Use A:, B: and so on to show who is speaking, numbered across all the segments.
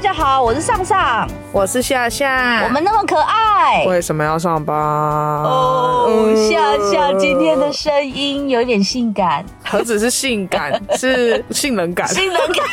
A: 家好，我是上上，
B: 我是夏夏。
A: 我们那么可爱。
B: 为什么要上班？呃
A: 哦，夏夏今天的声音有点性感，
B: 何止是性感， 是性能感，
A: 性冷 感，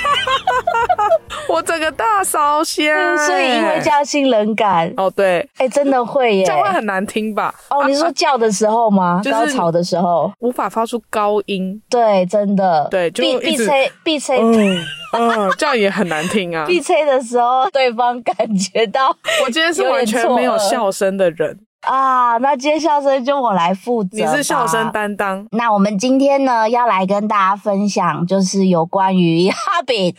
B: 我整个大烧香、
A: 嗯所以因为叫性冷感，
B: 哦对，
A: 哎、真的会耶
B: 这。样会很难听吧？
A: 哦，你是说叫的时候吗？
B: 就是
A: 高潮的时候，
B: 无法发出高 音，
A: 对，真的，
B: 对就
A: 必
B: 一
A: 必
B: 直
A: 吹必吹
B: 嗯 嗯，这样也很难 听啊。
A: 必吹的时候，对方感觉到
B: 我今天是完全没有笑声的人，
A: 啊，那今天笑声就我来负责，
B: 你是笑声。担当。
A: 那我们今天呢，要来跟大家分享，就是有关于 Hobbit，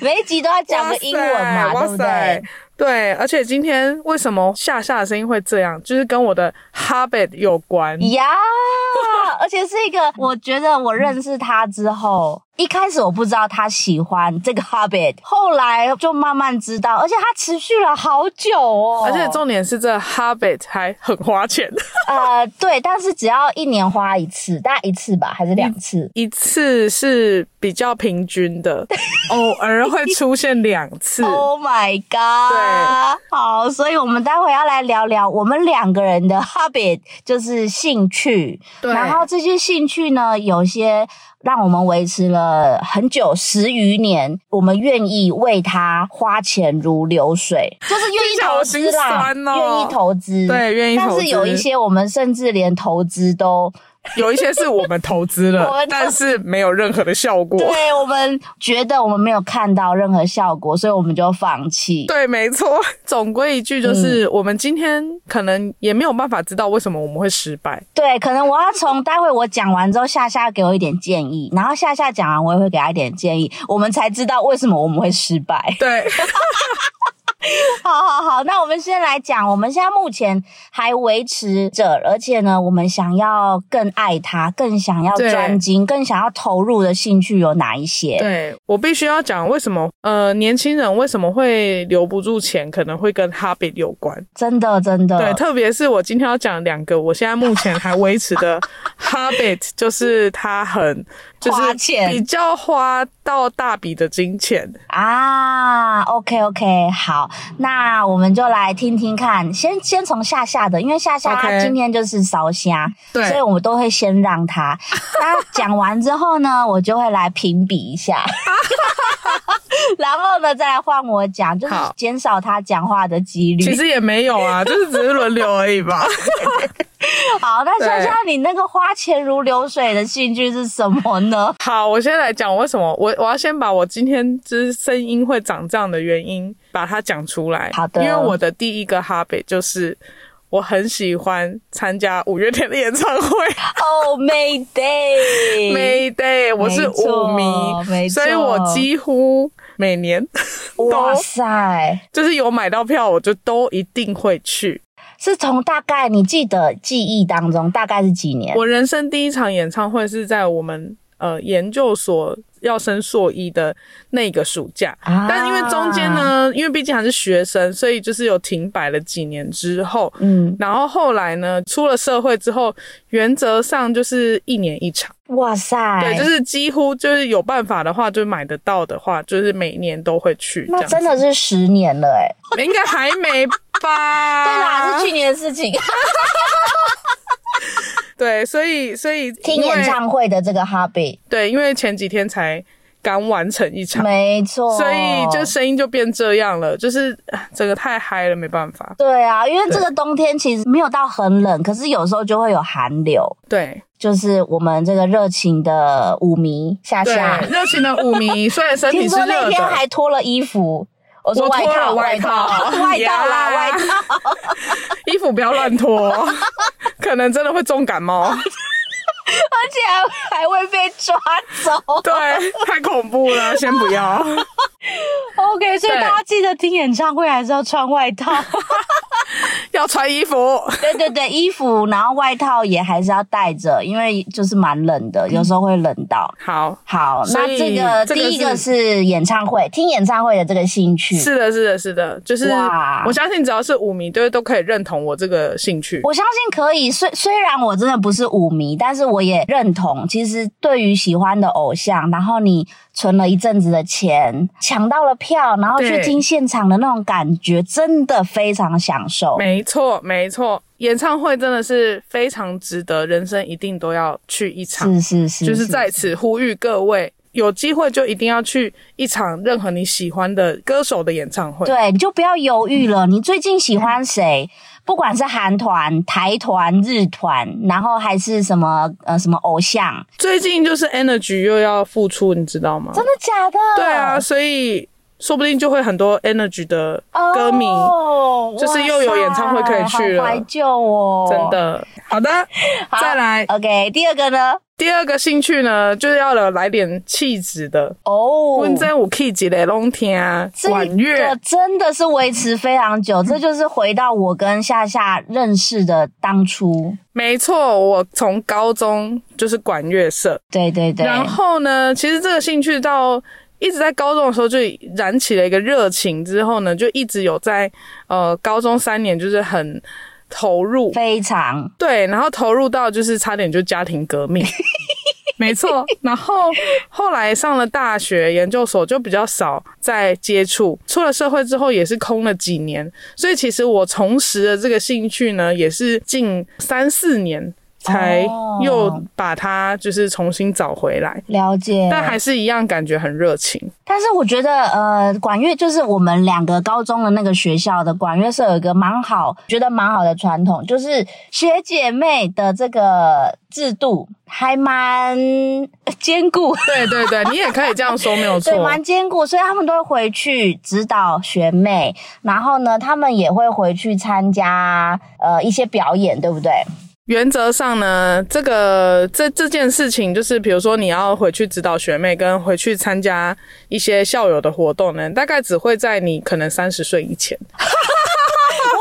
A: 每一集都要讲个英文嘛，
B: 哇
A: 对不
B: 塞
A: 对？？
B: 对，而且今天为什么夏夏的声音会这样，就是跟我的 habit 有关。
A: 呀，而且是一个，我觉得我认识他之后，一开始我不知道他喜欢这个 Hobbit，后来就慢慢知道，而且他持续了好久哦，
B: 而且重点是这 habit 还很花 钱，
A: 呃，对，但是只要一年花一次，大概一次吧，还是两次？
B: 一次是比较平均的，偶尔会出现两次。
A: Oh my god！对，好，所以我们待会要来聊聊我们两个人的 habit，就是兴趣。
B: 对
A: 然后这些兴趣呢，有些让我们维持了很久，十余年，我们愿意为它花钱如流水，就是愿意
B: 听起来好
A: 投资
B: 心
A: 啦，
B: 酸哦
A: 愿意投资，
B: 对愿意投资
A: 但是有一些我们甚至连投资都
B: 有一些是我们投资
A: 我
B: 了
A: 们，投
B: 但是没有任何的效果。
A: 对我们觉得我们没有看到任何效果，所以我们就放弃。
B: 对，没错。总归一句
A: 嗯
B: 就是，我们今天可能也没有办法知道为什么我们会失败。
A: 对，可能我要从待会我讲完之后，夏夏给我一点建议，然后夏夏讲完我也会给他一点建议，我们才知道为什么我们会失败。
B: 对，
A: 好好好，那我们先来讲，我们现在目前还维持着，而且呢，我们想要更爱他，更想要
B: 对
A: 专精，更想要投入的兴趣有哪一些？
B: 对我必须要讲为什么呃年轻人为什么会留不住钱，可能会跟 habit 有关。
A: 真的，真的，
B: 对，特别是我今天要讲两个，我现在目前还维持的 habit，就是它很就是
A: 花钱
B: 比较花到大笔的金钱。
A: 啊，OK OK，好，那我们就来听听看，先先从夏夏的，因为夏夏她
B: OK
A: 今天就是烧虾
B: 对
A: 所以我们都会先让 她。那讲完之后呢，我就会来评比一 下，然后呢再来换我讲，就是
B: 好
A: 减少她讲话的几率。
B: 其实也没有啊， 就是只是轮流而已吧。
A: 好，那夏
B: 对
A: 夏，你那个花钱如流水的兴趣是什么呢？
B: 好，我先来讲为什么我我要先把我今天之声音会长这样的原因把它讲出来。
A: 好的
B: 因为我的第一个 habit 就是我很喜欢参加五月天的演唱会。
A: 哦、m a y Day，
B: May Day，我是舞迷，
A: 没错
B: 所以我几乎每年
A: 哇
B: 都
A: 塞！
B: 就是有买到票，我就都一定会去。
A: 是从大概你记得记忆当中大概是几年？
B: 我人生第一场演唱会是在我们呃研究所要升硕一的那个暑假，
A: 啊
B: 但因为中间，呢，因为毕竟还是学生，所以就是有停摆了几年之后。
A: 嗯，
B: 然后后来呢，出了社会之后，原则上就是一年一场，
A: 哇塞，
B: 对，就是几乎就是有办法的话，就买得到的话，就是每年都会去。
A: 那
B: 这样
A: 真的是十年了哎、
B: 应该还没吧？
A: 对
B: 啊
A: 啦，是去年的事情。
B: 对，所以所以
A: 听
B: 因为
A: 演唱会的这个 hobby，
B: 对，因为前几天才刚完成一场，
A: 没错，
B: 所以就声音就变这样了，就是啊整个太嗨了，没办法。
A: 对啊，因为这个冬天其实没有到很冷，可是有时候就会有寒流。
B: 对
A: 就是我们这个热情的舞迷夏
B: 对
A: 夏，，
B: 热情的舞迷虽然身体
A: 听
B: 是
A: 说那
B: 热
A: 天
B: 的，
A: 还脱了衣服，我说
B: 我
A: 外
B: 脱了
A: 套，
B: 外
A: 套，
B: 套
A: 外套啦，
B: 呀
A: 外套。
B: 衣服不要乱脱，可能真的会重 感冒。
A: 而且还还会被抓走。
B: 对，太恐怖了，先不要。
A: OK，所以
B: 对
A: 大家记得听演唱会还是要穿外套。
B: 要穿衣服。
A: 对对对，衣服然后外套也还是要带着，因为就是蛮冷的，有时候会冷到。
B: 好，
A: 好，那
B: 所以
A: 这个
B: 这个
A: 第一个
B: 是
A: 是演唱会，听演唱会的这个兴趣。
B: 是的，是的，是的，就是
A: 嗯哇
B: 我相信只要是舞迷，都都可以认同我这个兴趣。
A: 我相信可以，虽虽然我真的不是舞迷，但是我也认同，其实对于喜欢的偶像，然后你存了一阵子的钱，抢到了票，然后去
B: 对
A: 听现场的那种感觉，真的非常享受。
B: 没错，没错，演唱会真的是非常值得，人生一定都要去一场。
A: 是是是，
B: 就是在此呼吁各位，有机会就一定要去一场任何你喜欢的歌手的演唱会。
A: 对，你就不要犹豫了。你最近喜欢谁？不管是韩团、台团、日团，然后还是什么呃什么偶像，
B: 最近就是 Energy 又要复出，你知道吗？
A: 真的假的？
B: 对啊，所以说不定就会很多 Energy 的
A: 哦，
B: 歌迷，就是又有
A: 哇塞
B: 演唱会可以去了
A: 好怀旧哦，
B: 真。的。好的，
A: 好
B: 再来
A: OK，第二个呢？
B: 第二个兴趣呢，就是要有来点气质的。
A: 哦，
B: 温真武 K 级的拢听啊，
A: 这
B: 婉乐
A: 个真的是维持非常久，这就是回到我跟夏夏认识的当初。
B: 没错，我从高中就是管乐社，
A: 对对对，
B: 然后呢，其实这个兴趣到一直在高中的时候就燃起了一个热情，之后呢，就一直有在呃高中三年就是很投入，
A: 非常
B: 对，然后投入到就是差点就家庭革 命。没错，然后后来上了大学、研究所就比较少再接触，出了社会之后也是空了几年，所以其实我重拾的这个兴趣呢，也是近三四年才
A: 哦
B: 又把它就是重新找回来。
A: 了解，
B: 但还是一样感觉很热情。
A: 但是我觉得，呃，管乐就是我们两个高中的那个学校的管乐社有一个蛮好，觉得蛮好的传统，就是学姐妹的这个制度还蛮坚固，
B: 对对对，你也可以这样说，没有错
A: 对，。蛮坚固，所以他们都会回去指导学妹，然后呢，他们也会回去参加呃一些表演，对不对？
B: 原则上呢，这个这这件事情就是，比如说你要回去指导学妹，跟回去参加一些校友的活动呢，大概只会在你可能三十岁以前。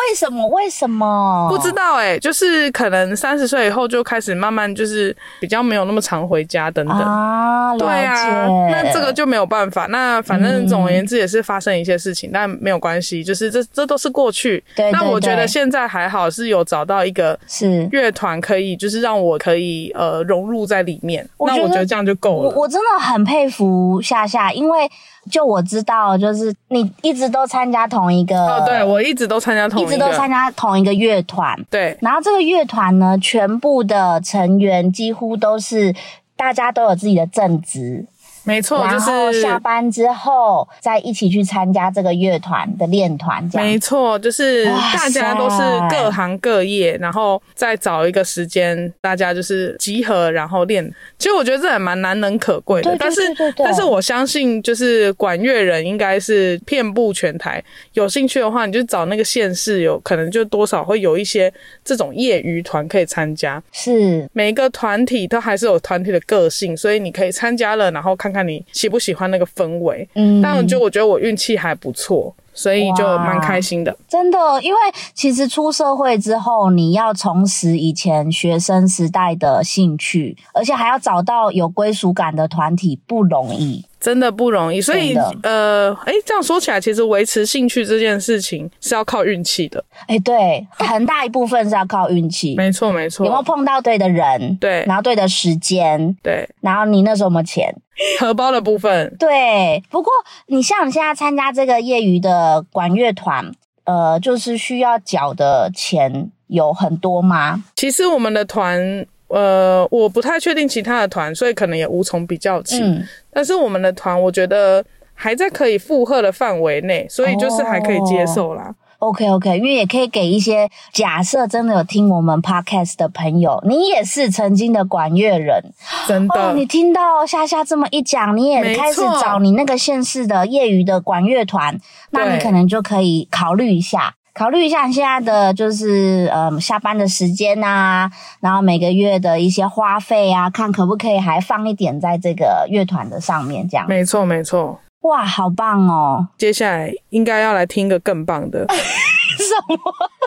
A: 为什么？为什么？
B: 不知道哎、就是可能三十岁以后就开始慢慢就是比较没有那么常回家等等。
A: 啊，了解。
B: 对啊，那这个就没有办法。那反正总而言之也是发生一些事情，但没有关系，就是这这都是过去。
A: 对
B: 那
A: 对
B: 我觉
A: 对
B: 得现在还好，是有找到一个
A: 是
B: 乐团可以，就是让我可以呃融入在里面。
A: 我
B: 那
A: 觉
B: 我
A: 得
B: 觉得这样就够
A: 我
B: 了。
A: 我真的很佩服夏夏，因为就我知道，就是你一直都参加同一个，
B: 哦，对，我一直都参加同
A: 一
B: 一个，
A: 直都参加同一个乐团，
B: 对
A: 然后这个乐团呢，全部的成员几乎都是。大家都有自己的正职，
B: 没错，
A: 然
B: 哦就
A: 后
B: 是
A: 下班之后再一起去参加这个乐团的练团，这
B: 没
A: 样。
B: 错，就是
A: 哇
B: 大家都是
A: 塞
B: 各行各业，然后再找一个时间，大家就是集合，然后练。其实我觉得这也蛮难能可贵的，
A: 对对对对
B: 但是
A: 对
B: 但是我相信，就是管乐人应该是遍布全台。有兴趣的话，你就找那个县市有，可能就多少会有一些这种业余团可以参加。
A: 是
B: 每一个团体都还是有团体的个性，所以你可以参加了，然后看看你喜不喜欢那个氛围。
A: 嗯
B: 但我就我觉得我运气还不错，所以就蛮开心的。
A: 真的，因为其实出社会之后，你要重拾以前学生时代的兴趣，而且还要找到有归属感的团体不容易。
B: 真的不容易，所
A: 真
B: 以
A: 的
B: 呃，哎，这样说起来，其实维持兴趣这件事情是要靠运气的，
A: 哎，对，很大一部分是要靠运气，
B: 没错没
A: 有没有
B: 错，
A: 碰到对的人，
B: 对
A: 然后对的时间，
B: 对，
A: 然后你那时候有没有钱？
B: 荷包的部分，
A: 对，不过你像你现在参加这个业余的管乐团，呃，就是需要缴的钱有很多吗？
B: 其实我们的团，呃，我不太确定其他的团，所以可能也无从比较起，
A: 嗯，
B: 但是我们的团，我觉得还在可以负荷的范围内，所以就是还可以接受啦。
A: OK OK，因为也可以给一些假设真的有听我们 Podcast 的朋友，你也是曾经的管乐人
B: 真的，
A: 哦。你听到夏夏这么一讲，你也
B: 没
A: 开始
B: 错
A: 找你那个县市的业余的管乐团，那你
B: 对
A: 可能就可以考虑一下。考虑一下你现在的就是嗯下班的时间啊，然后每个月的一些花费啊，看可不可以还放一点在这个乐团的上面，这样
B: 没错没错。
A: 哇，好棒哦！
B: 接下来应该要来听一个更棒的，
A: 什么？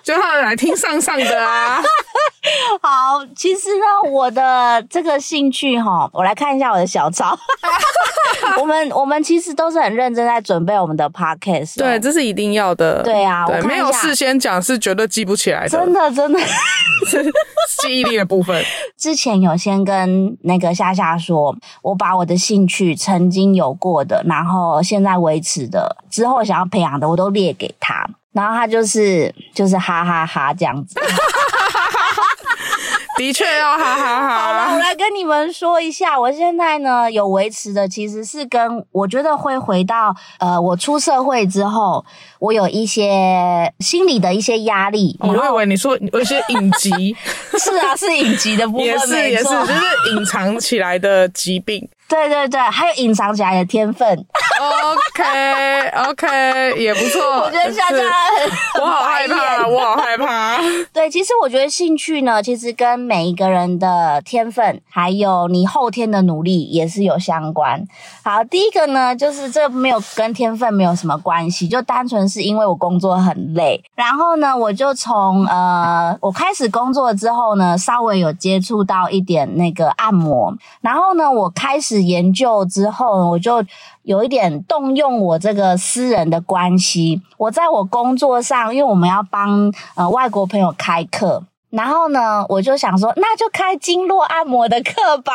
B: 就他来听上上 的啊。
A: 好，其实呢，我的这个兴趣哈，我来看一下我的小 抄。我们我们其实都是很认真在准备我们的 podcast 哦、
B: 对，这是一定要的。
A: 对啊我
B: 对，
A: 看
B: 没
A: 一
B: 有
A: 下
B: 事先讲是绝对记不起来 的，
A: 真的真的，
B: 记忆力的部分。
A: 之前有先跟那个夏夏说，我把我的兴趣曾经有过的，然后现在维持的，之后想要培养的，我都列给他。然后他就是就是哈哈哈这样子。
B: 的确要哈
A: 好
B: 哈
A: 了，
B: 哈。
A: 我来跟你们说一下，我现在呢有维持的其实是跟我觉得会回到呃，我出社会之后，我有一些心理的一些压力。
B: 我以为你说有一些隐疾，
A: 是啊，是隐疾的部分，
B: 也是
A: 没
B: 也是，
A: 错
B: 就是隐藏起来的疾病。
A: 对对对，还有隐藏起来的天 分。
B: OK OK，也不错。
A: 我觉得夏夏
B: 是
A: 很
B: 我好害怕，我好 害怕。
A: 对，其实我觉得兴趣呢，其实跟每一个人的天分，还有你后天的努力也是有相关。好，第一个呢，就是这没有跟天分没有什么关系，就单纯是因为我工作很累。然后呢，我就从呃，我开始工作之后呢，稍微有接触到一点那个按摩。然后呢，我开始研究之后，我就有一点动用我这个私人的关系。我在我工作上，因为我们要帮呃外国朋友开课，然后呢，我就想说，那就开经络按摩的课吧。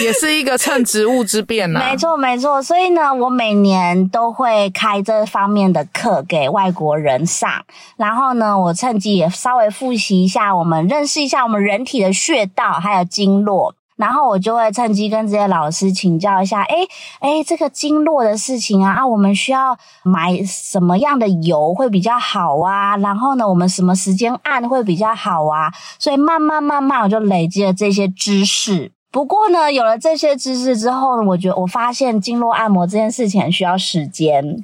B: 也是一个趁职务之便呐、
A: 没错，没错。所以呢，我每年都会开这方面的课给外国人上，然后呢，我趁机也稍微复习一下，我们认识一下我们人体的穴道还有经络。然后我就会趁机跟这些老师请教一下，诶诶，这个经络的事情啊，啊，我们需要买什么样的油会比较好啊？然后呢，我们什么时间按会比较好啊？所以慢慢慢慢，我就累积了这些知识。不过呢，有了这些知识之后呢，我觉得我发现经络按摩这件事情很需要时间。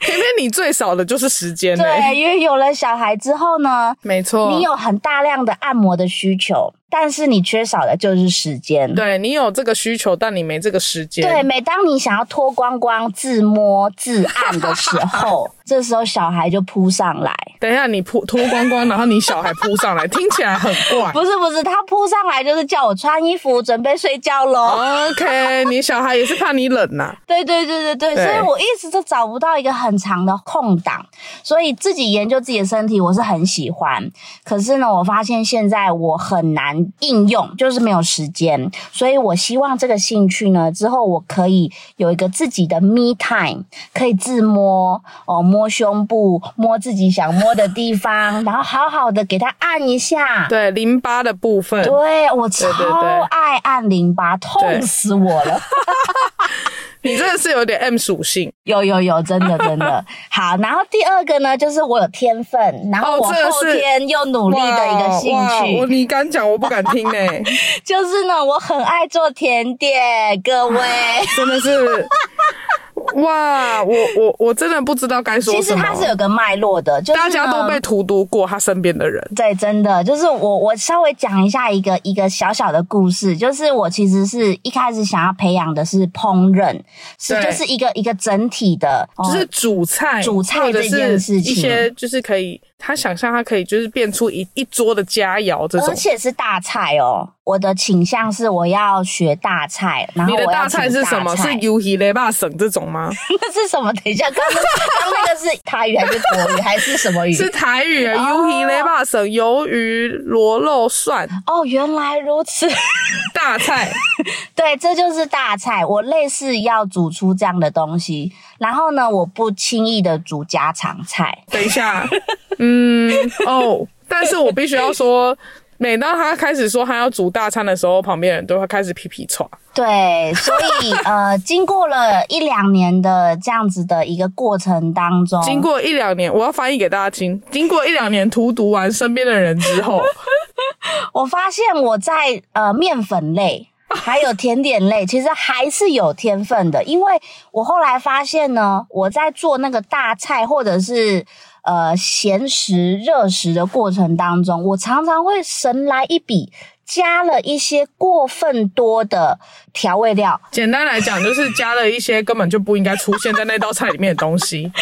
B: 偏偏你最少的哦就是时间呢、
A: 对，因为有了小孩之后呢，
B: 没错，
A: 你有很大量的按摩的需求，但是你缺少的就是时间。
B: 对你有这个需求，但你没这个时间。
A: 对，每当你想要脱光光自摸自按的时 候，这时候小孩就扑上来。
B: 等一下你扑脱光光，然后你小孩扑上来，听起来很 怪。
A: 不是不是，他扑上来就是叫我穿衣服，准备睡觉喽。
B: OK，你小孩也是怕你冷呐、
A: 对对对对对，
B: 对
A: 所以我一直都找不到一个很长的空档，所以自己研究自己的身体，我是很喜欢。可是呢，我发现现在我很难应用，就是没有时间，所以我希望这个兴趣呢，之后我可以有一个自己的 me time，可以自摸哦，摸胸部，摸自己想摸的地方，然后好好的给它按一下。
B: 对，淋巴的部分，
A: 对，我超
B: 对对
A: 爱按淋巴，
B: 对
A: 痛死我了。
B: 你真的是有点 M 属性
A: 有有有，真的真 的好。然后第二个呢，就是我有天分，然后
B: 哦
A: 我
B: 这个
A: 后
B: 是
A: 天又努力的一个兴
B: 哇哇我
A: 趣，
B: 你敢讲，我不敢 听呢、
A: 就是呢，我很爱做甜点，各位。
B: 真的是，哇，我我我真的不知道该 说
A: 其
B: 什
A: 实
B: 么。
A: 它是有个脉络的，哦就是
B: 大家都
A: 呢
B: 被荼毒过，他身边的人。
A: 对，真的就是我，我稍微讲一下一个一个小小的故事，就是我其实是一开始想要培养的是烹饪，是
B: 对
A: 就是一个一个整体的，哦
B: 就是煮菜，
A: 煮菜
B: 或者
A: 这件
B: 是
A: 事情
B: 一些就是可以，他想象他可以就是变出一一桌的佳肴这种
A: 而。且是大菜哦。我的倾向是我要学大菜，然后
B: 你
A: 我
B: 的
A: 要
B: 大菜
A: 煮
B: 是什么？
A: 大
B: 是
A: 菜
B: U 希雷巴省这种吗？
A: 那 是什么？等一下，刚 刚刚那个是台语还是国语还是什么语？
B: 是台语啊
A: 哦
B: ，U 希雷巴省鱿鱼、螺肉蒜
A: 哦，原来如此。
B: 大菜，
A: 对，这就是大菜。我类似要煮出这样的东西，然后呢，我不轻易的煮家常菜。
B: 等一下，嗯，哦，但是我必须要说，每当他开始说他要煮大餐的时候，旁边人都会开始皮皮喘。
A: 哦对，所以呃，经过了一两年的这样子的一个过程当中，
B: 经过一两年，我要翻译给大家听。经过一两年荼毒完身边的人之后，
A: 我发现我在呃面粉类还有甜点类，其实还是有天分的，因为我后来发现呢，我在做那个大菜或者是呃咸食、热食的过程当中，我常常会神来一笔，加了一些过分多的调味料。
B: 简单来讲，就是加了一些根本就不应该出现在那道菜里面的东西。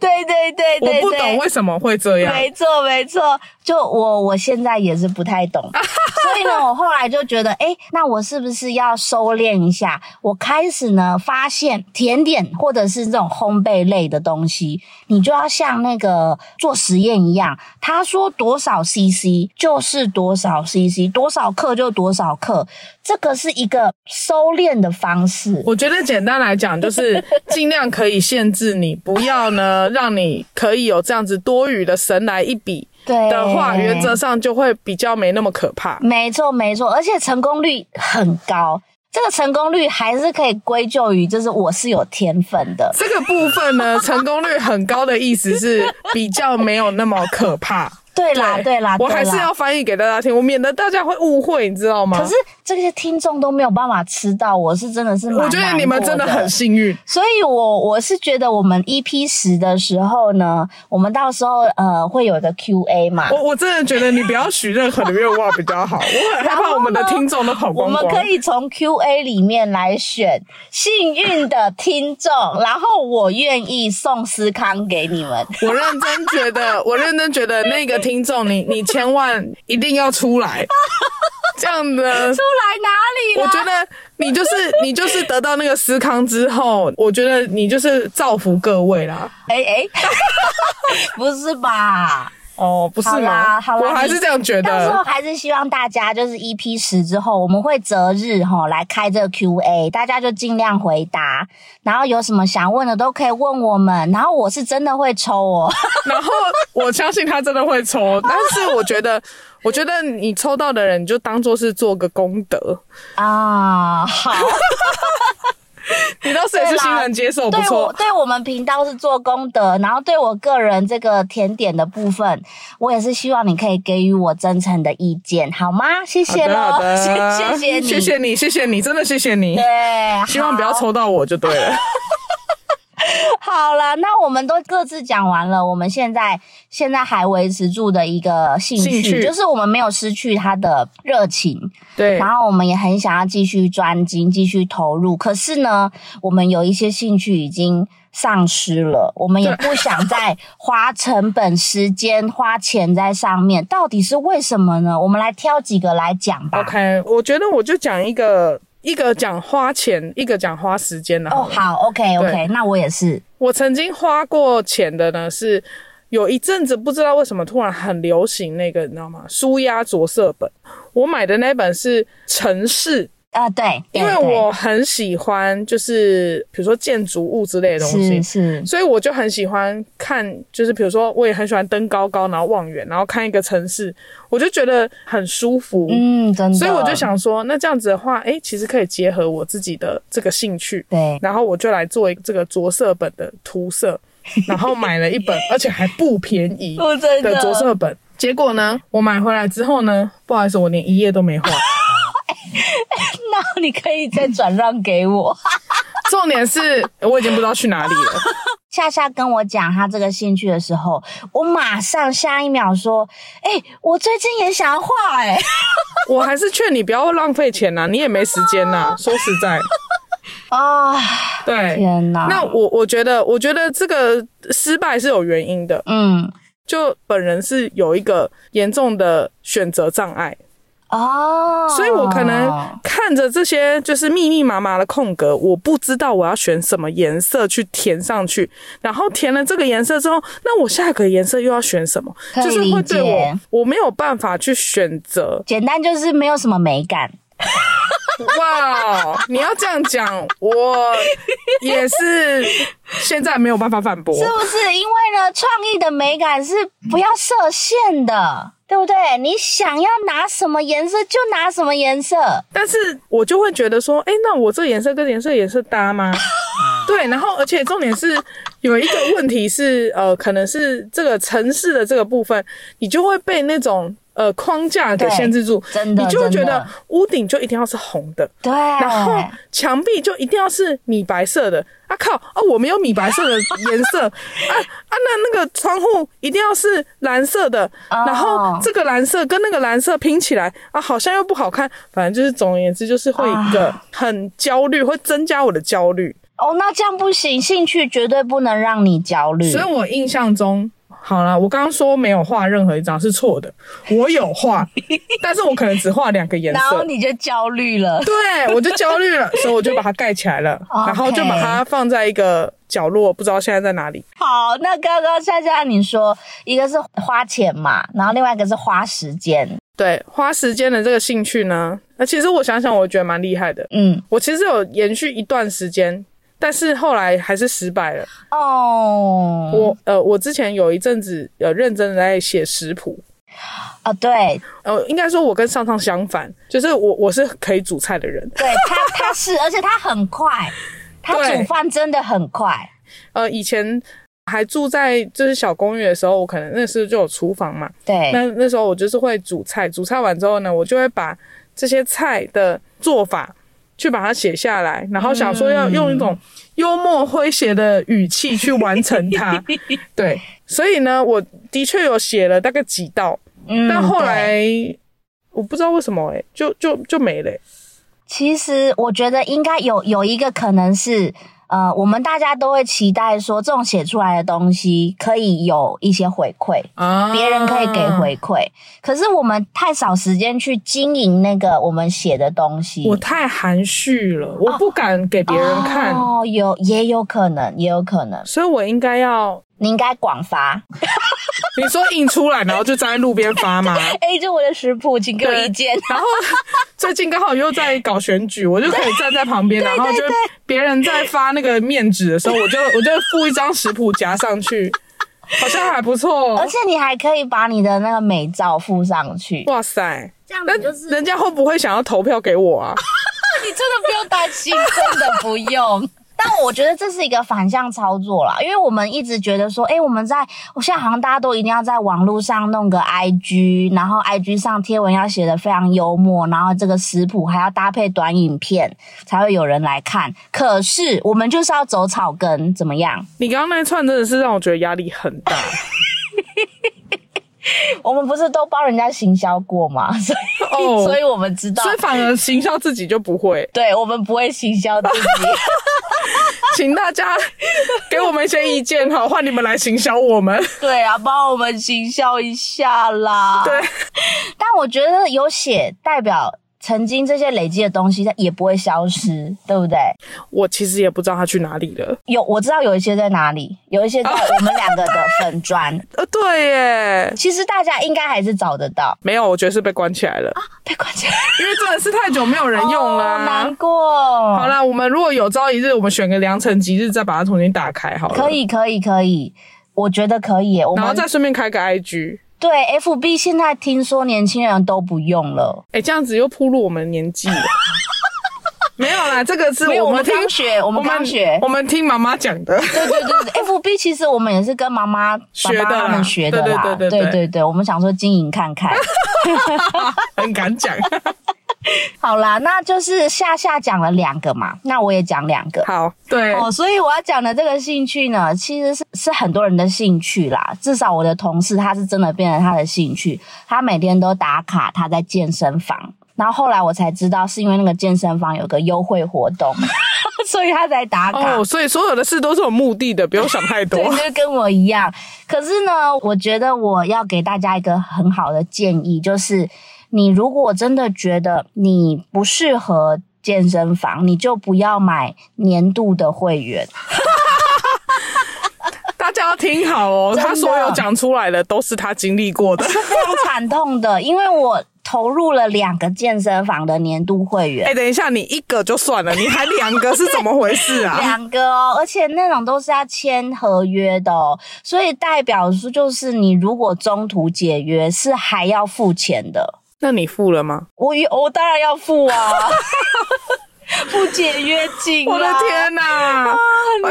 A: 对对 对
B: 我
A: 对对，
B: 不懂为什么会这样。
A: 没错，没错，就我我现在也是不太懂， 所以呢，我后来就觉得，哎、那我是不是要收敛一下？我开始呢发现甜点或者是这种烘焙类的东西，你就要像那个做实验一样，他说多少 CC 就是多少 CC，多少克就多少克，这个是一个收敛的方式。
B: 我觉得简单来讲，就是尽量可以限制你，不要呢让你可以有这样子多余的神来一笔
A: 对
B: 的话，原则上就会比较没那么可 怕。
A: 没错，没错，而且成功率很高。这个成功率还是可以归咎于，就是我是有天分的。
B: 这个部分呢，成功率很高的意思是比较没有那么可怕。
A: 对啦，对啦，
B: 我
A: 对
B: 还
A: 啦
B: 是要翻译给大家听，我免得大家会误会，你知道吗？
A: 可是这些听众都没有办法吃到，我是真的是蛮
B: 我觉得
A: 难
B: 你们
A: 过
B: 真
A: 的
B: 的很幸运。
A: 所以我，我是觉得我们 EP 十的时候呢，我们到时候呃会有一个 QA 嘛，
B: 我我真的觉得你不要许任何的愿望比较好，我 很害怕我们的听众都跑
A: 我
B: 光
A: 们
B: 光。
A: 可以从 Q&A 里面来选幸运的听众，然后我愿意送司康给你 们。
B: 我认真觉得，我认真觉得那个听众，你你千万一定要 出来，这样的。
A: 出来哪里
B: 我
A: 啦？
B: 觉得你就是你就是得到那个思康之后，我觉得你就是造福各位啦。
A: 哎哎， 不是吧？
B: 哦，不是
A: 好啦
B: 吗？
A: 好啦
B: 我还是这样觉
A: 到时
B: 得
A: 候。还是希望大家就是 EP 十之后，我们会择日哈来开这个 Q&A，大家就尽量回答，然后有什么想问的都可以问我们，然后我是真的会抽 哦。
B: 然后我相信他真的会抽， 但是我觉得，我觉得你抽到的人，你就当做是做个功德。
A: 啊， 好，
B: 你倒是也是欣然接受，不
A: 对我
B: 错。
A: 对我们频道是做功德，然后对我个人这个甜点的部分，我也是希望你可以给予我真诚的意见，好吗？谢
B: 好
A: 谢
B: 的，
A: 喽
B: 好，的，
A: 谢谢你，
B: 谢谢你，谢谢你，真的谢谢你。
A: 对，
B: 希望不要
A: 好
B: 抽到我就对了。
A: 好了，那我们都各自讲完了。我们现在现在还维持住的一个兴趣，
B: 兴趣
A: 就是我们没有失去它的热情，
B: 对
A: 然后我们也很想要继续专精、继续投入。可是呢，我们有一些兴趣已经丧失了，我们也不想再花成本、时间、花钱在上面。到底是为什么呢？我们来挑几个来讲吧。
B: ，OK，我觉得我就讲一个，一个讲花钱，一个讲花时间的好
A: 哦
B: 了。，
A: 好，OK OK，那我也是，
B: 我曾经花过钱的呢是。有一阵子不知道为什么突然很流行那个，你知道吗？舒压着色本，我买的那本是《城市》，
A: 啊，对，对
B: 因为
A: 对
B: 我很喜欢，就是比如说建筑物之类的东西
A: 是，是
B: 所以我就很喜欢看，就是比如说我也很喜欢登高高，然后望远，然后看一个城市，我就觉得很舒服。
A: 嗯，真的，
B: 所以我就想说，那这样子的话，诶，其实可以结合我自己的这个兴趣，
A: 对，
B: 然后我就来做一个这个着色本的 涂色，然后买了一本，而且还不便宜
A: 我哦真
B: 的着色本。结果呢，我买回来之后呢，不好意思，我连一页都没画。
A: 那你可以再转让给我。
B: 重点是我已经不知道去哪里了。
A: 夏夏跟我讲她这个兴趣的时候，我马上下一秒说：“哎、我最近也想要画哎、
B: 我还是劝你不要浪费钱呐、啊你也没时间呐、说实在，
A: 啊，
B: 对。
A: 天哪！
B: 哎那我我觉得，我觉得这个失败是有原因的。
A: 嗯
B: 就本人是有一个严重的选择障碍，
A: 哦，
B: 所以我可能看着这些就是密密麻麻的空格，我不知道我要选什么颜色去填上去，然后填了这个颜色之后，那我下个颜色又要选什么？
A: 可以
B: 就是会对
A: 理
B: 我
A: 解
B: 我没有办法去选择，
A: 简单就是没有什么美感。
B: 哇，你要这样讲，我也是现在没有办法反驳。
A: 是不是？因为呢，创意的美感是不要设限的，对不对？你想要拿什么颜色就拿什么颜色，
B: 但是我就会觉得说，哎、那我这颜色跟颜色颜色 搭吗？对，然后而且重点是有一个问题是，呃，可能是这个城市的这个部分，你就会被那种呃框架给
A: 对
B: 限制住，
A: 真的
B: 你就会觉
A: 真
B: 得
A: 的
B: 屋顶就一定要是红的，
A: 对，
B: 然后
A: 哦
B: 墙壁就一定要是米白色的。啊靠！啊，我没有米白色的颜色 啊啊！那那个窗户一定要是蓝色的，
A: 哦
B: 然后这个蓝色跟那个蓝色拼起来啊，好像又不好看。反正就是总而言之，就是会一个很焦虑，会增加我的焦虑。
A: 哦，那这样不行，兴趣绝对不能让你焦虑。
B: 所以我印象中，好啦，我刚刚说没有画任何一张是错的，我有画，但是我可能只画两个颜
A: 然后
B: 色。
A: 你就焦虑了。
B: 对，我就焦虑了，所以我就把它盖起来了
A: OK
B: 然后就把它放在一个角落，不知道现在在哪里。
A: 好，那刚刚夏夏你说，一个是花钱嘛，然后另外一个是花时间。
B: 对，花时间的这个兴趣呢，那其实我想想，我觉得蛮厉害的。
A: 嗯，
B: 我其实有延续一段时间，但是后来还是失败了。
A: 哦，
B: 我呃，我之前有一阵子有认真的在写食谱，
A: 哦，对
B: 呃，应该说我跟上上相反，就是我我是可以煮菜的人，
A: 对， 他他是，而且他很快，他
B: 对
A: 煮饭真的很快。
B: 呃，以前还住在就是小公寓的时候，我可能那时候就有厨房嘛。
A: 对，
B: 那那时候我就是会煮菜，煮菜完之后呢，我就会把这些菜的做法去把它写下来，然后想说要用
A: 嗯
B: 一种幽默诙谐的语气去完成 它。对，所以呢，我的确有写了大概几道，
A: 嗯
B: 但后
A: 对
B: 来我不知道为什么、欸，就就就没了欸、
A: 其实我觉得应该有有一个可能是，呃，我们大家都会期待说，这种写出来的东西可以有一些回馈，
B: 啊
A: 别人可以给。回
B: 嗯
A: 馈。可是我们太少时间去经营那个我们写的东西。
B: 我太含蓄了，我不敢给别人看，
A: 哦，有也有可能，也有可能，
B: 所以我应该要
A: 你应该广发。
B: 你说印出来，然后就站在路边发吗？
A: 哎，这我的食谱，请给我意见。
B: 然后最近刚好又 在搞选举，我就可以站在旁 边，然后就别人在发那个面纸的时候，我就我就附一张食谱夹上 去，好像还不 错
A: 而。且你还可以把你的那个美照附上去，
B: 哇塞！
A: 这样
B: 那
A: 子就是
B: 人家会不会想要投票给 我啊？
A: 你真的不用担心，真的不用。 但我觉得这是一个反向操作啦，因为我们一直觉得说，诶、我们在，我现在好像大家都一定要在网络上弄个 IG，然后 IG 上贴文要写的非常幽默，然后这个食谱还要搭配短影片才会有人来看。可是我们就是要走草根，怎么样？
B: 你刚刚那一串真的是让我觉得压力 很大。
A: 我们不是都帮人家行销过吗？所以，
B: 哦
A: 所以我们知道，
B: 所以反而行销自己就不 会，
A: 对我们不会行销自己。
B: 请大家给我们一些意见好，换你们来行销我们。
A: 对啊，帮我们行销一下啦。
B: 对，
A: 但我觉得有写代表曾经这些累积的东西，它也不会消失，对不对？
B: 我其实也不知道他去哪里了。
A: 有我知道有一些在哪里，有一些在我们两个的粉 砖，
B: 呃，对耶，
A: 其实大家应该还是找得到。
B: 没有，我觉得是被关起来了。
A: 被关起来
B: 因为真的是太久没有人用了
A: 哦
B: 啊、
A: 难过。
B: 好啦，我们如果有朝一日，我们选个良辰吉日，再把它重新打开好了。
A: 可，以，可以，可以。我觉得可以耶，我
B: 然后
A: 们
B: 再顺便开个 IG。
A: 对 F B 现在听说年轻人都不用了，
B: 哎、这样子又铺露我们年 纪了。没有啦，这个是
A: 没有，我
B: 们
A: 们
B: 听
A: 刚学，我
B: 我
A: 们刚学，
B: 我们听妈妈讲 的。
A: 对对对对，F B 其实我们也是跟妈妈、
B: 学
A: 爸
B: 的啦
A: 爸他们学的啦，
B: 对对对对
A: 对对我们想说经营看看。
B: 很敢讲。
A: 好啦，那就是夏夏讲了两个嘛，那我也讲两个。
B: 好，对，
A: 哦，所以我要讲的这个兴趣呢，其实是是很多人的兴趣啦。至少我的同事他是真的变成他的兴趣，他每天都打卡他在健身房。然后后来我才知道，是因为那个健身房有个优惠活动，所以他才打卡。
B: 哦，所以所有的事都是有目的的，不用想太多
A: 对，。就是跟我一样。可是呢，我觉得我要给大家一个很好的建议，就是你如果真的觉得你不适合健身房，你就不要买年度的会员。
B: 大家要听好哦，
A: 真的
B: 他所有讲出来的都是他经历过的。
A: 是非常惨痛的，因为我投入了两个健身房的年度会员。
B: 哎、等一下，你一个就算了，你还两个是怎么回事啊？
A: 两个哦，而且那种都是要签合约的哦，所以代表说就是你如果中途解约是还要付钱的。
B: 那你付了吗？
A: 我也我当然要付啊。 不解约金、啊。
B: 我的天哪、哎我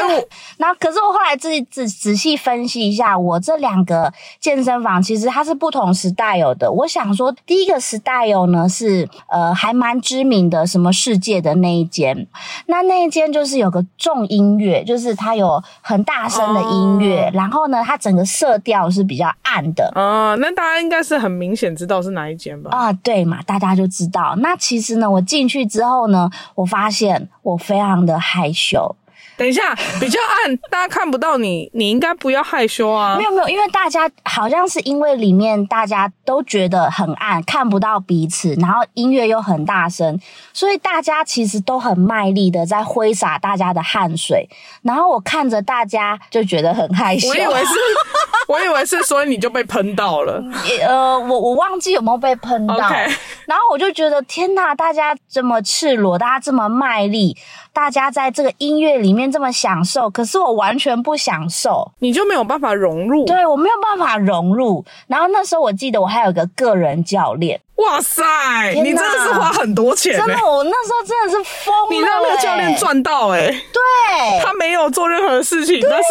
A: 然后，可是我后来自己仔仔细分析一下，我这两个健身房其实它是不同时代有的。我想说，第一个时代有呢是呃还蛮知名的，什么世界的那一间，那那一间就是有个重音乐，就是它有很大声的音乐，
B: 哦
A: 然后呢，它整个色调是比较暗的，
B: 啊，那大家应该是很明显知道是哪一间吧？
A: 啊、对嘛，大家就知道。那其实呢，我进去之后呢，我发现我非常的害羞。
B: 等一下，比较暗，大家看不到你，你应该不要害羞啊
A: 没。有没有，因为大家好像是因为里面大家都觉得很暗，看不到彼此，然后音乐又很大声，所以大家其实都很卖力的在挥洒大家的汗水。然后我看着大家就觉得很害羞。
B: 我以为是，我以为是，所以你就被喷到了。
A: 呃，我我忘记有没有被喷到
B: OK
A: 然后我就觉得天呐，大家这么赤裸，大家这么卖力，大家在这个音乐里面这么享受，可是我完全不享受，
B: 你就没有办法融入。
A: 对我没有办法融入。然后那时候我记得我还有一个个人教 练，
B: 哇塞，
A: 天哪
B: 你真的是花很多钱、
A: 真的
B: 欸，
A: 我那时候真的是疯了、欸，
B: 你让那个教练赚到哎、
A: 对，
B: 他没有做任何事情，但是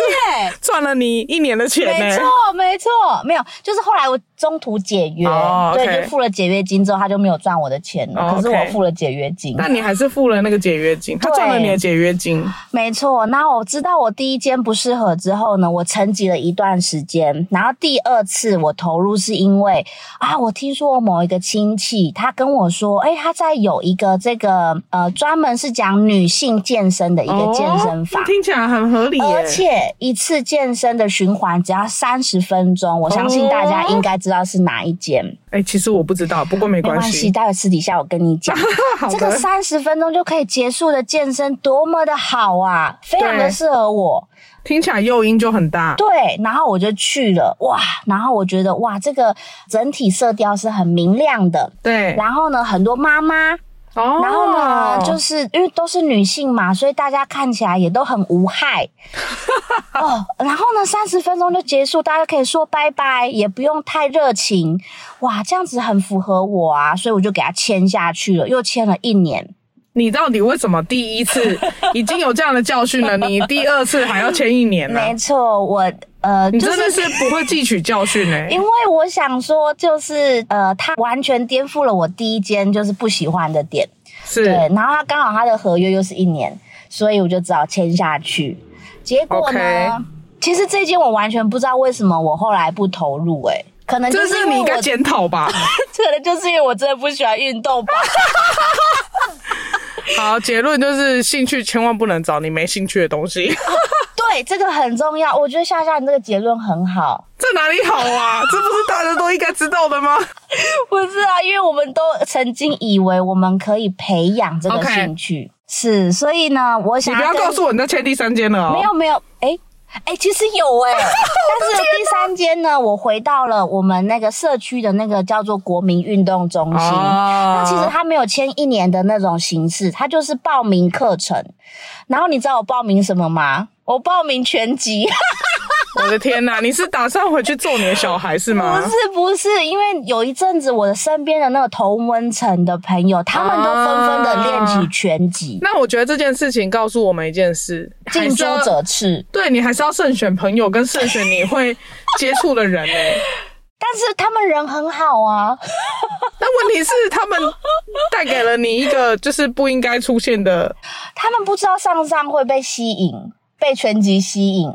A: 对
B: 赚了你一年的钱欸
A: 没
B: 呢、
A: 错，没错，没有，就是后来我中途解约
B: 哦，OK
A: 对，就付了解约金之后，他就没有赚我的钱了。
B: 哦
A: 可是我
B: OK
A: 付了解约金，
B: 但你还是付了那个解约金，他赚了你的解约金。
A: 没错，那我知道我第一间不适合之后呢，我沉寂了一段时间，然后第二次我投入是因为啊，我听说我某一个亲戚他跟我说，哎、他在有一个这个呃专门是讲女性健身的一个健身房。
B: 哦听起来很合理耶、
A: 而且一次健身的循环只要三十分钟，我相信大家应该知道是哪一间。
B: 哎、其实我不知道，不过没
A: 没
B: 关
A: 关系，
B: 系。
A: 待会私底下我跟你讲。
B: 好
A: 这个
B: 的，
A: 三十分钟就可以结束的健身多么的好啊，非常的
B: 对
A: 适合我。
B: 听起来诱因就很大。
A: 对，然后我就去了，哇，然后我觉得哇，这个整体色调是很明亮的。
B: 对，
A: 然后呢，很多妈妈，
B: 哦，
A: 然后呢，就是因为都是女性嘛，所以大家看起来也都很无 害。哦，然后呢，三十分钟就结束，大家可以说拜拜，也不用太热情。哇，这样子很符合我啊，所以我就给他签下去了，又签了一年。
B: 你到底为什么第 一次已经有这样的教训了，你第二次还要签一年呢、
A: 没错，我呃，
B: 嗯你
A: 就
B: 真
A: 是
B: 的是不会汲取教训哎、
A: 因为我想说，就是呃，他完全颠覆了我第一间就是不喜欢的点，
B: 是
A: 对。然后他刚好他的合约又是一年，所以我就只好签下去。结果呢
B: OK
A: 其实这间我完全不知道为什么我后来不投入、欸，可能就
B: 这
A: 是
B: 是
A: 因为
B: 你应该
A: 我，
B: 检讨吧。
A: 可能就是因为我真的不喜欢运动吧。
B: 好，结论就是兴趣千万不能找你没兴趣的东西。
A: 对，这个很重要。我觉得夏夏你这个结论很好。
B: 这哪里好啊？这不是大家都应该知道的吗？
A: 不是啊，因为我们都曾经以为我们可以培养这个
B: OK
A: 兴趣是，所以呢，我
B: 你
A: 想
B: 不要
A: 跟
B: 告诉我你在签第三间了哦。
A: 没有没有，哎、哎、其实有 哎、但是第三间呢，我回到了我们那个社区的那个叫做国民运动中心。
B: 啊
A: 那其实他没有签一年的那种形式，他就是报名课程。然后你知道我报名什么吗？我报名拳击，
B: 啊我的天哪，你是打算回去揍你的小孩是
A: 不
B: 吗？
A: 是不是，因为有一阵子我的身边的那个同温层的朋友，他们都纷纷的练
B: 啊
A: 起拳击，
B: 那我觉得这件事情告诉我们一件事：
A: 近
B: 还是要
A: 朱者赤。
B: 对你还是要慎选朋友，跟慎选你会接触的人哎、
A: 但是他们人很好啊，
B: 那问题是，他们带给了你一个就是不应该出现的，
A: 他们不知道上上会被吸引，被拳击吸引。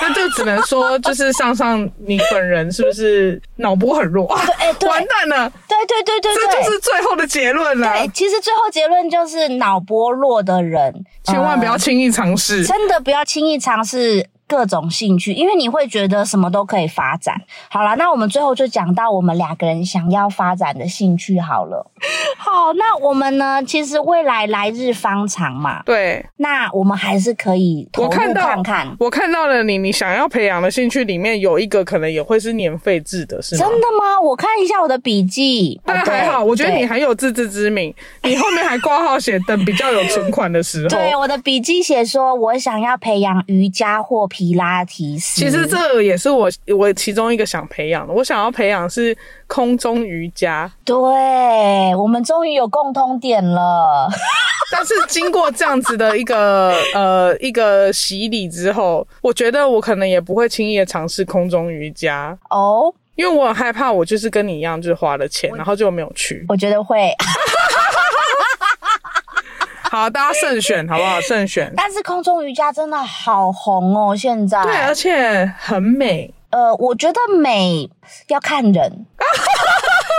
B: 那就只能说就是上上你本人是不是脑波很弱？
A: 哎对
B: 完蛋了，
A: 对对对对
B: 这
A: 对，
B: 就是啊最后的结论了。
A: 对。其实最后结论就是脑波弱的人，呃
B: 千万不要轻易尝试。
A: 真的不要轻易尝试。各种兴趣，因为你会觉得什么都可以发展。好啦，那我们最后就讲到我们两个人想要发展的兴趣好 了。好，那我们呢？其实未来来日方长嘛，
B: 对，
A: 那我们还是可以投
B: 我
A: 入
B: 看到
A: 看看。
B: 我看到了你，你想要培养的兴趣里面有一个可能也会是年费制的，是吗
A: 真？的吗？我看一下我的笔记。
B: 但
A: 哦对
B: 还好，我觉得
A: 对
B: 你还有自知之明，你后面还挂号写等比较有存款的时候。
A: 对，我的笔记写说，我想要培养瑜伽或皮拉提斯。
B: 其实这也是我我其中一个想培养的，我想要培养是空中瑜伽，
A: 对我们终于有共通点了。
B: 但是经过这样子的一个 呃一个洗礼之后，我觉得我可能也不会轻易的尝试空中瑜伽，
A: 哦，
B: 因为我很害怕，我就是跟你一样，就是花了钱，然后就没有去。
A: 我觉得会，
B: 好，大家慎选好不好？慎选。
A: 但是空中瑜伽真的好红哦，现在。
B: 对，啊而且很美。
A: 呃，我觉得美要看 人，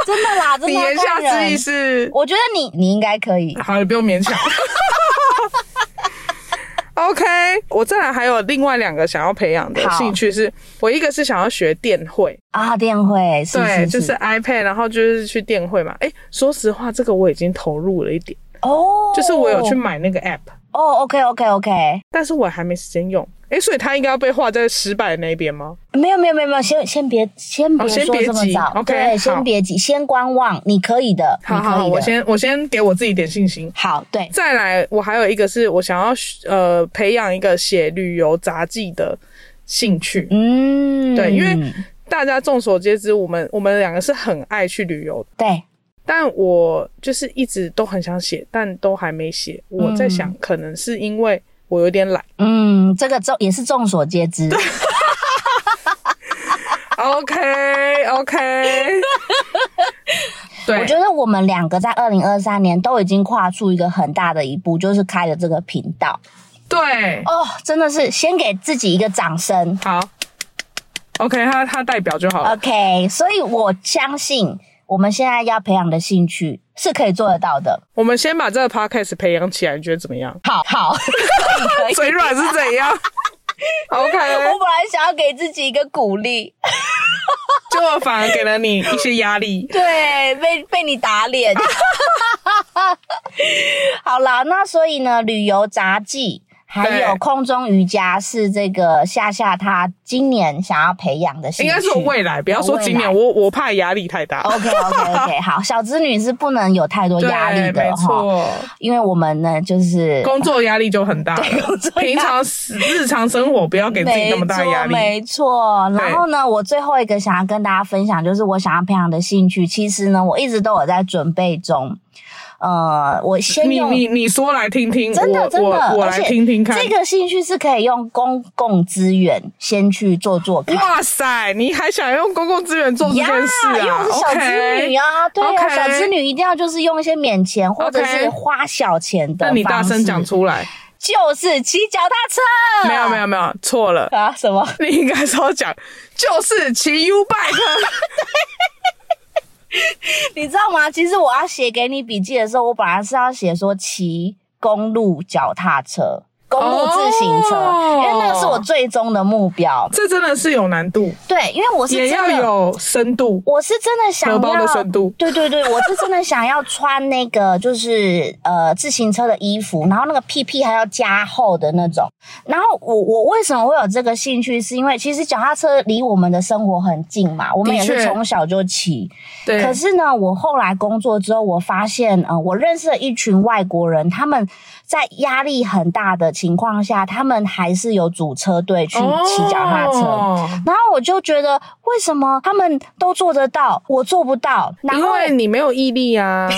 A: 真的啦，真的
B: 你言
A: 要
B: 下
A: 看
B: 之意
A: 人。
B: 是，
A: 我觉得你你应该可以，
B: 好，你不用勉强。OK，我再来还有另外两个想要培养的
A: 好
B: 兴趣是，我一个是想要学电绘，
A: 啊，电绘是
B: 对，
A: 是
B: 就是 iPad，然后就是去电绘嘛。哎，说实话，这个我已经投入了一点，
A: 哦，
B: 就是我有去买那个 App，
A: 哦，OK OK OK，
B: 但是我还没时间用。哎，所以它应该要被划在失败那边吗？
A: 没有没有没有没有，先先别先别
B: 哦先
A: 说
B: 别
A: 这么
B: 急
A: 早，
B: ，OK，
A: 对，
B: 好
A: 先别急，先观望，你可以的，
B: 好
A: 你可以
B: 好，
A: 的，
B: 我先我先给我自己一点信心。
A: 好对，
B: 再来，我还有一个是我想要呃培养一个写旅游杂记的兴趣。
A: 嗯，
B: 对因为大家众所皆知，我们我们两个是很爱去旅游的，
A: 对
B: 但我就是一直都很想写，但都还没写。我在想，可能是因为我有点懒。
A: 嗯，这个众也是众所皆知，
B: OK OK，对，
A: 我觉得我们两个在二零二三年都已经跨出一个很大的一步，就是开了这个频道
B: 对，
A: 哦，真的是先给自己一个掌声
B: 好，OK，他他代表就好了。
A: ，OK。所以我相信我们现在要培养的兴趣是可以做得到的。
B: 我们先把这个 podcast 培养起来，你觉得怎么样？
A: 好好，可以可以。
B: 嘴软是怎样？OK，
A: 我本来想要给自己一个鼓励，
B: 结果反而给了你一些压力。
A: 对，被被你打脸。 好啦，那所以呢，旅游杂技还有
B: 对
A: 空中瑜伽是这个夏夏她今年想要培养的兴
B: 应
A: 趣。
B: 该说未来，不要说今
A: 哦
B: 年，
A: 未
B: 我我怕压力太大。
A: OK OK OK，好，小子女是不能有太多
B: 对，
A: 压力
B: 没
A: 的哈，
B: 错，
A: 因为我们呢就是
B: 工作压力就很大了。
A: 作压力
B: 平常日常生活不要给自己那么大的压力。
A: 啊没错，没错。
B: 对
A: 然后呢，我最后一个想要跟大家分享，就是我想要培养的兴趣。其实呢，我一直都有在准备中。呃，我先
B: 你
A: 用
B: 你你说来听 听，
A: 真的
B: 我
A: 真的，
B: 我我
A: 而
B: 来
A: 且
B: 听听看。
A: 这个兴趣是可以用公共资源先去做做看。
B: 哇塞，你还想用公共资源哦做这件事
A: 因为
B: 啊
A: 我是小资女
B: ？OK，
A: 啊对啊
B: OK
A: 小资女一定要就是用一些免钱或者
B: OK
A: 是花小钱的
B: 那你大声讲
A: 方式，
B: 出来。
A: 就是骑脚踏车。
B: 没有没有没有，错了。
A: 啊？什么？
B: 你应该是要讲，就是骑 U bike，
A: 你知道吗？其实我要写给你笔记的时候，我本来是要写说骑公路脚踏车、公路自行车
B: 哦
A: 因为那个是我最终的目标。
B: 这真的是有难度，
A: 对，因为我是
B: 也要
A: 真的，
B: 有深度。
A: 我是真的想
B: 荷包的
A: 要
B: 深度
A: 对对对，我是真的想要穿那个就是呃自行车的衣服，然后那个屁屁还要加厚的那种。然后我我为什么会有这个兴趣，是因为其实脚踏车离我们的生活很近嘛，我们也
B: 的
A: 是
B: 确
A: 从小就骑。
B: 对，哦
A: 可是呢，我后来工作之后，我发现，呃，我认识了一群外国人，他们在压力很大的情况下，他们还是有组车队去骑脚踏车。
B: 哦
A: 然后我就觉得，为什么他们都做得到，我做不到？然
B: 因
A: 后
B: 为你没有毅力啊。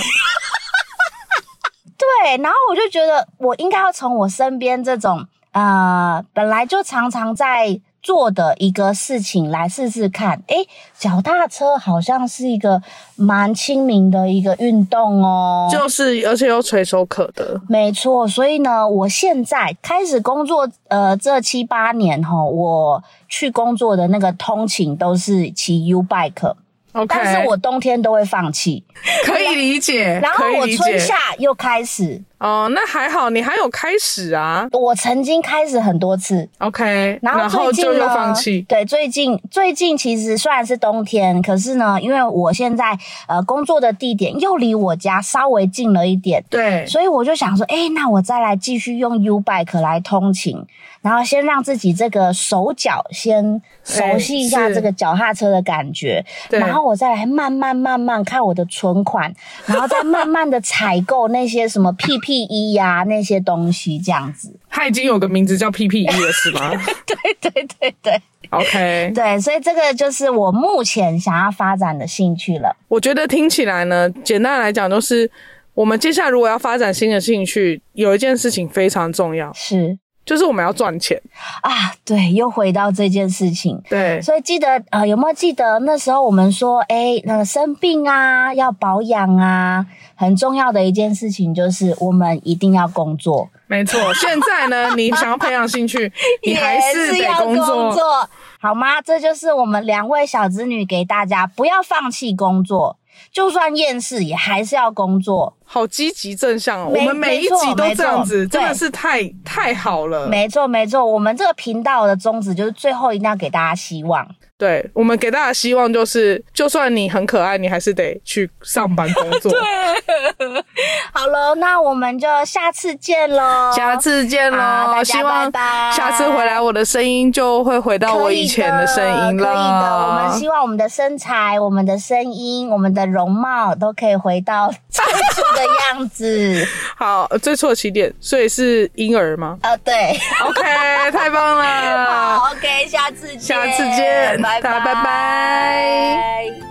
A: 对，然后我就觉得，我应该要从我身边这种呃，本来就常常在做的一个事情来试试看。诶，脚踏车好像是一个蛮亲民的一个运动哦。
B: 就是而且又垂手可得。
A: 没错，所以呢，我现在开始工作，呃，这七八年哈，我去工作的那个通勤都是骑 U bike，
B: OK，
A: 但是我冬天都会放弃，
B: 可以理解，
A: 然后
B: 可以
A: 我
B: 理
A: 春
B: 解
A: 夏又开始。
B: 哦，那还好，你还有开始啊。
A: 我曾经开始很多次，
B: OK，
A: 然后
B: 后
A: 最
B: 就
A: 近
B: 又
A: 呢，
B: 放弃。
A: 对，最近最近其实虽然是冬天，可是呢，因为我现在呃工作的地点又离我家稍微近了一点，
B: 对，
A: 所以我就想说，哎、那我再来继续用 U bike 来通勤，然后先让自己这个手脚先熟悉一
B: 哎
A: 下
B: 是
A: 这个脚踏车的感觉，
B: 对
A: 然后我再来慢慢慢慢看我的存款，然后再慢慢的采购那些什么 PPE 呀、那些东西，这样 子。
B: 他已经有个名字叫 PPE 了，是 吗
A: 对对对对
B: ？OK，
A: 对，所以这个就是我目前想要发展的兴趣了。
B: 我觉得听起来呢，简单来讲就是。我们接下来如果要发展新的兴趣，有一件事情非常重要，
A: 是
B: 就是我们要赚钱。
A: 啊，对，又回到这件事情。
B: 对，
A: 所以记得呃，有没有记得那时候我们说，哎，那个生病啊，要保养啊，很重要的一件事情就是我们一定要工作，
B: 没错。现在呢，你想要培养兴趣，你 还
A: 也
B: 得
A: 要
B: 工作。
A: 作，好吗？这就是我们两位小子女给大家，不要放弃工作，就算厌世也还是要工作。
B: 好积极正向哦！
A: 没
B: 我们每一集都这样子，
A: 没错
B: 真的是太太好了。
A: 没错，没错，我们这个频道的宗旨就是最后一定要给大家希望。
B: 对我们给大家希望就是，就算你很可爱，你还是得去上班工 作。
A: 好喽，那我们就下次见喽，
B: 下次见
A: 啊好大
B: 喽！
A: 家
B: 希望
A: 拜拜
B: 下次回来，我的声音就会回到我
A: 可以
B: 以前的声音
A: 的可以的，我
B: 了
A: 们。希望我们的身材、我们的声音、我们的容貌都可以回到最初的样 子。
B: 好，最初的起点，所以是婴儿吗
A: 呃，对，
B: ？OK，太棒了！
A: 好，OK，下次见，
B: 啊下次见
A: 拜拜
B: 大家拜拜。